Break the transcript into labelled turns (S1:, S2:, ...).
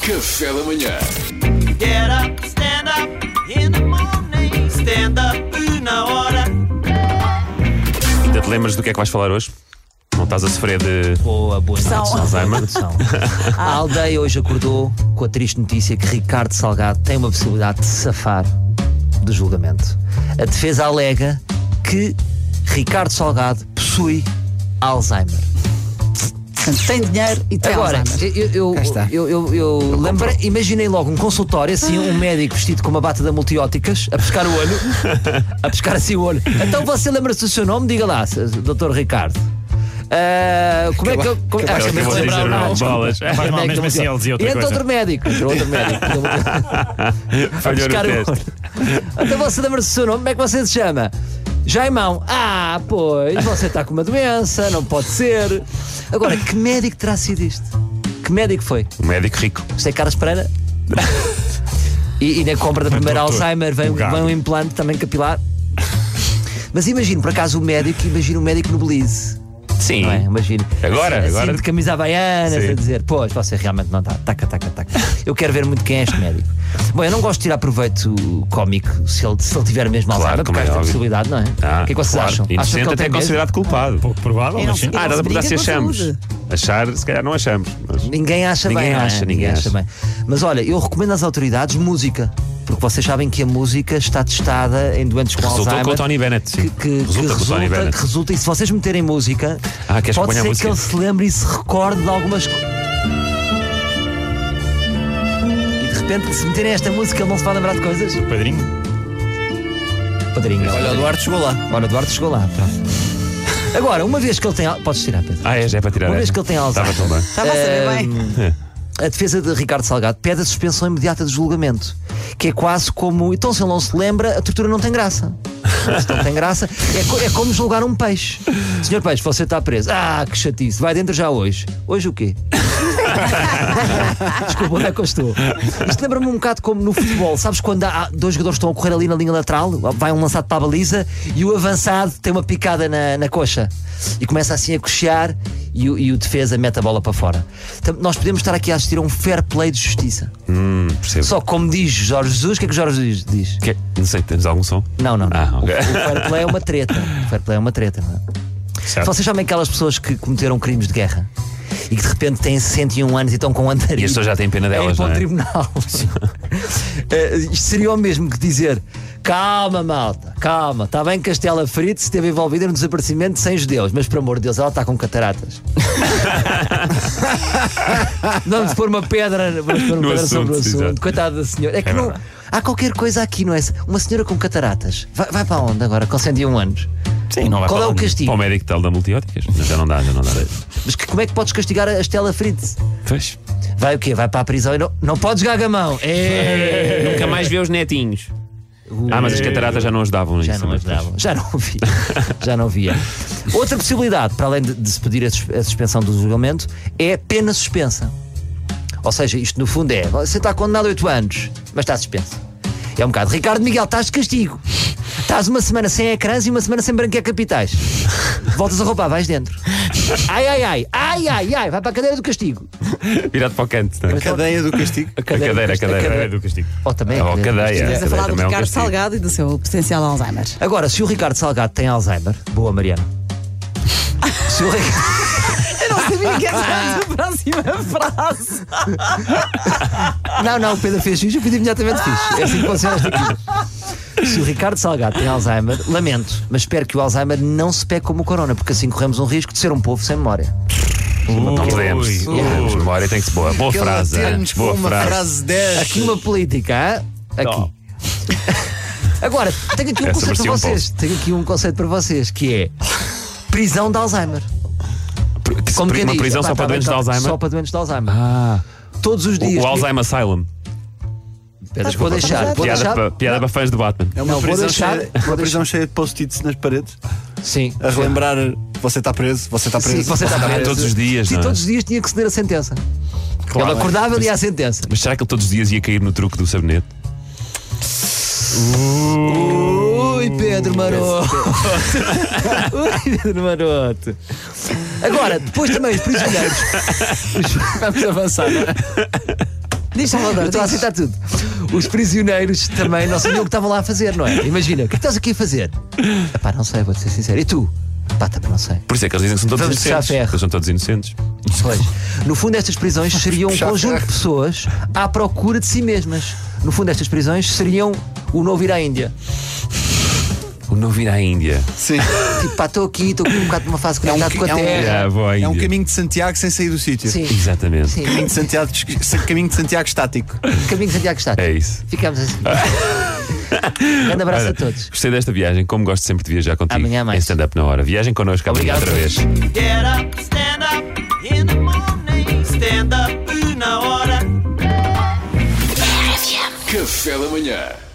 S1: Café da manhã.
S2: Get up, stand up in the morning. Stand up na hora.
S3: Ainda te lembras do que é que vais falar hoje? Não estás a sofrer de
S4: Boa, boa
S5: São.
S4: introdução.
S3: Alzheimer?
S4: A aldeia hoje acordou com a triste notícia que Ricardo Salgado tem uma possibilidade de safar do julgamento. A defesa alega que Ricardo Salgado possui Alzheimer.
S5: Portanto, tem dinheiro e tem
S4: Agora,
S5: Alzheimer.
S4: eu, eu,
S5: Cá está.
S4: eu, eu, eu lembrei- imaginei logo um consultório, assim,
S5: Ah.
S4: um médico vestido com uma bata de multióticas, a pescar o olho, a pescar assim o olho. Então você lembra-se do seu nome? Diga lá, Dr. Ricardo. Ah, como é que eu. Como,
S3: acabaste
S4: Ah,
S3: de
S4: mas
S3: dizer
S4: lembrar o nome, é
S3: o nome,
S4: desculpa.
S3: bolas. Faz mal,
S4: Médico da
S3: mesmo assim
S4: multiótica.
S3: ele dizia outra
S4: E entra
S3: coisa.
S4: outro médico. Entra outro médico. a
S3: Falhou
S4: pescar
S3: no
S4: o olho.
S3: teste.
S4: Então você lembra-se do seu nome? Como é que você se chama? Jaimão. Ah, pois, você está com uma doença, não pode ser. Agora, que médico terá sido isto? Que médico foi?
S3: Um médico rico.
S4: Isto é Carlos Pereira? e, e na compra da primeira
S3: doutor,
S4: Alzheimer vem,
S3: o gado.
S4: vem um implante também capilar. Mas imagino, por acaso, o médico, imagino o médico no Belize,
S3: Sim.
S4: não é? Imagino.
S3: Agora,
S4: assim,
S3: agora-
S4: De camisa havaiana,
S3: Sim.
S4: a dizer, pois, você realmente não está. Taca, taca, taca. Eu quero ver muito quem é este médico. Bom, eu não gosto de tirar proveito cómico se ele, se ele tiver mesmo
S3: Claro,
S4: Alzheimer,
S3: como
S4: porque
S3: é
S4: há esta
S3: óbvio.
S4: possibilidade, não é?
S3: Ah,
S4: o que é que vocês
S3: claro.
S4: acham? Acham
S3: Inocente
S4: que ele
S3: até é
S4: tem mesmo?
S3: considerado culpado.
S6: Pouco provável,
S5: Ele
S6: mas sim.
S5: não-
S3: Ah,
S5: ele
S3: era a perguntar
S5: briga
S3: se
S5: com
S3: achamos.
S5: saúde.
S3: Achar, se calhar não achamos. mas-
S4: Ninguém acha
S3: Ninguém
S4: bem. não é?
S3: acha, ninguém acha.
S4: bem. Mas olha, eu recomendo às autoridades música. Porque vocês sabem que a música está testada em doentes com
S3: Resultou
S4: Alzheimer.
S3: com o Tony Bennett, sim.
S4: Que, que-
S3: Resulta
S4: que
S3: com o Tony
S4: resulta-
S3: Bennett.
S4: que resulta, e se vocês meterem música,
S3: Ah, queres que
S4: pode
S3: ponha a
S4: ser
S3: música?
S4: que ele se lembre e se recorde de algumas coisas. E de repente, se meterem esta música, ele não se vai lembrar de coisas.
S6: Padrinho,
S4: Padrinho.
S7: Olha, o Duarte chegou lá.
S4: Ora, o Duarte chegou lá. Pronto. Agora, uma vez que ele tem. al- Podes tirar, Pedro. Eh,
S3: Ah, é, já é para tirar.
S4: Uma
S3: é.
S4: vez que ele tem
S3: Estava
S4: Alzheimer.
S3: tão bem.
S5: Estava a saber bem.
S4: A defesa de Ricardo Salgado pede a suspensão imediata do julgamento, que é quase como. Então, se ele não se lembra, a tortura não tem graça. Se não tem graça, é, co- é como julgar um peixe. Senhor Peixe, você está preso. Ah, que chatice, vai dentro já hoje. Hoje o quê? Desculpa, onde é que eu estou? Isto lembra-me um bocado como no futebol. Sabes quando há dois jogadores que estão a correr ali na linha lateral, vai um lançado para a baliza e o avançado tem uma picada na, na coxa e começa assim a coxear e, o- e o defesa mete a bola para fora. Então, nós podemos estar aqui a assistir a um fair play de justiça.
S3: Hum, percebo.
S4: Só que como diz Jorge Jesus, o que é que Jorge Jesus diz?
S3: Que- Não sei, temos algum som?
S4: Não, não. não.
S3: Ah, ok.
S4: o, o fair play é uma treta. O fair play é uma treta, não é?
S3: Certo.
S4: Vocês sabem aquelas pessoas que cometeram crimes de guerra e que de repente têm 101 anos e estão com um andarilho.
S3: E as pessoas já têm pena
S4: É ir
S3: delas,
S4: para
S3: não é?
S4: o tribunal. Eh, isto seria o mesmo que dizer: calma, malta, calma, está bem que Castela Frito se esteve envolvida no desaparecimento de 100 judeus, mas por amor de Deus, ela está com cataratas. Vamos pôr uma pedra, vamos pôr uma
S3: No
S4: pedra sobre o
S3: assunto,
S4: assunto.
S3: exato.
S4: Coitada da senhora. É que
S3: É
S4: não.
S3: verdade.
S4: Há qualquer coisa aqui, não é? Uma senhora com cataratas. Vai, vai para onde agora? Com 101 anos.
S6: sim, não vai
S4: Qual é
S6: falar
S4: o
S6: nisso.
S4: castigo?
S3: Para o médico tal da multióticas? Já não dá, já não dá.
S4: Mas que- como é que podes castigar a Estela Fritz?
S3: Pois.
S4: Vai o quê? Vai para a prisão e não, não podes jogar gamão. É.
S3: Nunca mais vê os netinhos. Ah, mas as é cataratas já não ajudavam nisso.
S4: Já não
S3: mas-
S4: ajudavam. Já não havia. Já não havia. Outra possibilidade, para além de, de se pedir a, sus- a suspensão do julgamento, é pena suspensa. Ou seja, isto no fundo é: você está condenado a 8 anos, mas está suspenso. É um bocado. Ricardo Miguel, estás de castigo. Estás uma semana sem ecrãs e uma semana sem branquear capitais. Voltas a roubar, vais dentro. Ai, ai, ai, ai, ai, ai, vai para a cadeira do castigo.
S3: Virado para o canto. não é?
S7: Cadeia do castigo.
S3: A cadeira, a cadeira.
S6: Cadeira do castigo.
S4: Ou também. a
S3: Ou
S4: cadeira do
S3: cadeia.
S4: castigo.
S5: Estás a
S3: também
S5: falar do
S3: é um
S5: Ricardo
S3: castigo.
S5: Salgado e do seu potencial Alzheimer.
S4: Agora, se o Ricardo Salgado tem Alzheimer, boa Mariana. Se o Ricardo.
S5: Eu não sabia que era a próxima frase.
S4: Não, não, o Pedro fez fixe, o Pedro imediatamente fixe. É assim que funciona esta coisa. Se o Ricardo Salgado tem Alzheimer, lamento, mas espero que o Alzheimer não se pegue como o corona, porque assim corremos um risco de ser um povo sem memória.
S3: Não podemos.
S6: Ui,
S3: Erramos. Memória tem que ser boa. Boa frase. hein?
S7: Termos
S3: Boa
S7: com uma
S3: frase.
S7: frase 10.
S4: Aqui uma política, hã? Aqui. Agora, tenho aqui um
S3: Essa
S4: conceito
S3: merecia
S4: para
S3: um
S4: vocês. Tenho aqui um conceito para vocês, que é prisão de Alzheimer.
S3: Que se-
S4: Como quem
S3: uma
S4: diz,
S3: prisão
S4: "Epá,
S3: só
S4: tá
S3: para
S4: bem,
S3: doentes de
S4: tá-
S3: Alzheimer?
S4: Só para doentes de Alzheimer.
S3: Ah,
S4: Todos os dias.
S3: o Alzheimer Asylum.
S4: Pedro, vou deixar, vou
S3: Piada,
S4: deixar.
S3: para, piada para fãs de Batman.
S7: É uma
S4: Não, vou
S7: prisão,
S4: deixar-
S7: cheia,
S4: vou
S7: uma prisão cheia de post-its nas paredes
S4: Sim.
S7: a relembrar você está preso, você está preso.
S4: Sim, você está preso.
S3: Todos os dias,
S4: Sim,
S3: não é?
S4: todos os dias tinha que ceder a sentença. ele acordava e lia a sentença.
S3: Mas será que ele todos os dias ia cair no truque do sabonete?
S4: Ui, Pedro Maroto! Ui, Pedro Maroto! Agora, depois também os prisioneiros. Os- Vamos avançar, não é?
S5: Deixa-me
S4: Eu
S5: adorar.
S4: estou a aceitar tudo. Os prisioneiros também não sabiam o que estavam lá a fazer, não é? Imagina, o que é que estás aqui a fazer? Epá, não sei, vou-te ser sincero. E tu? Pá, também não sei.
S3: Por isso é que eles dizem que são todos
S4: Vamos puxar
S3: inocentes.
S4: ferro.
S3: Eles são todos inocentes.
S4: Pois. No fundo, estas prisões seriam um conjunto de pessoas à procura de si mesmas. No fundo, estas prisões seriam o novo ir à Índia.
S3: O novo ir à Índia.
S7: Sim.
S4: Tipo, pá, estou aqui, estou aqui um bocado numa fase de conectado
S7: ca-
S4: com a
S7: é um-
S4: terra.
S3: Ah, vou à
S7: É um
S3: Índia.
S7: caminho de Santiago sem sair do sítio.
S4: Sim,
S3: Exatamente.
S4: sim.
S7: Caminho de Santiago, caminho de Santiago estático.
S4: Caminho de Santiago está.
S3: É isso.
S4: Ficamos assim. Grande abraço
S3: Olha,
S4: a todos.
S3: Gostei desta viagem, como gosto sempre de viajar contigo.
S4: Amanhã mais.
S3: Em stand-up na hora. Viagem connosco amanhã
S4: Obrigado.
S3: outra vez.
S2: Get up, stand up in the morning. Stand up, una hora.
S1: Café da manhã.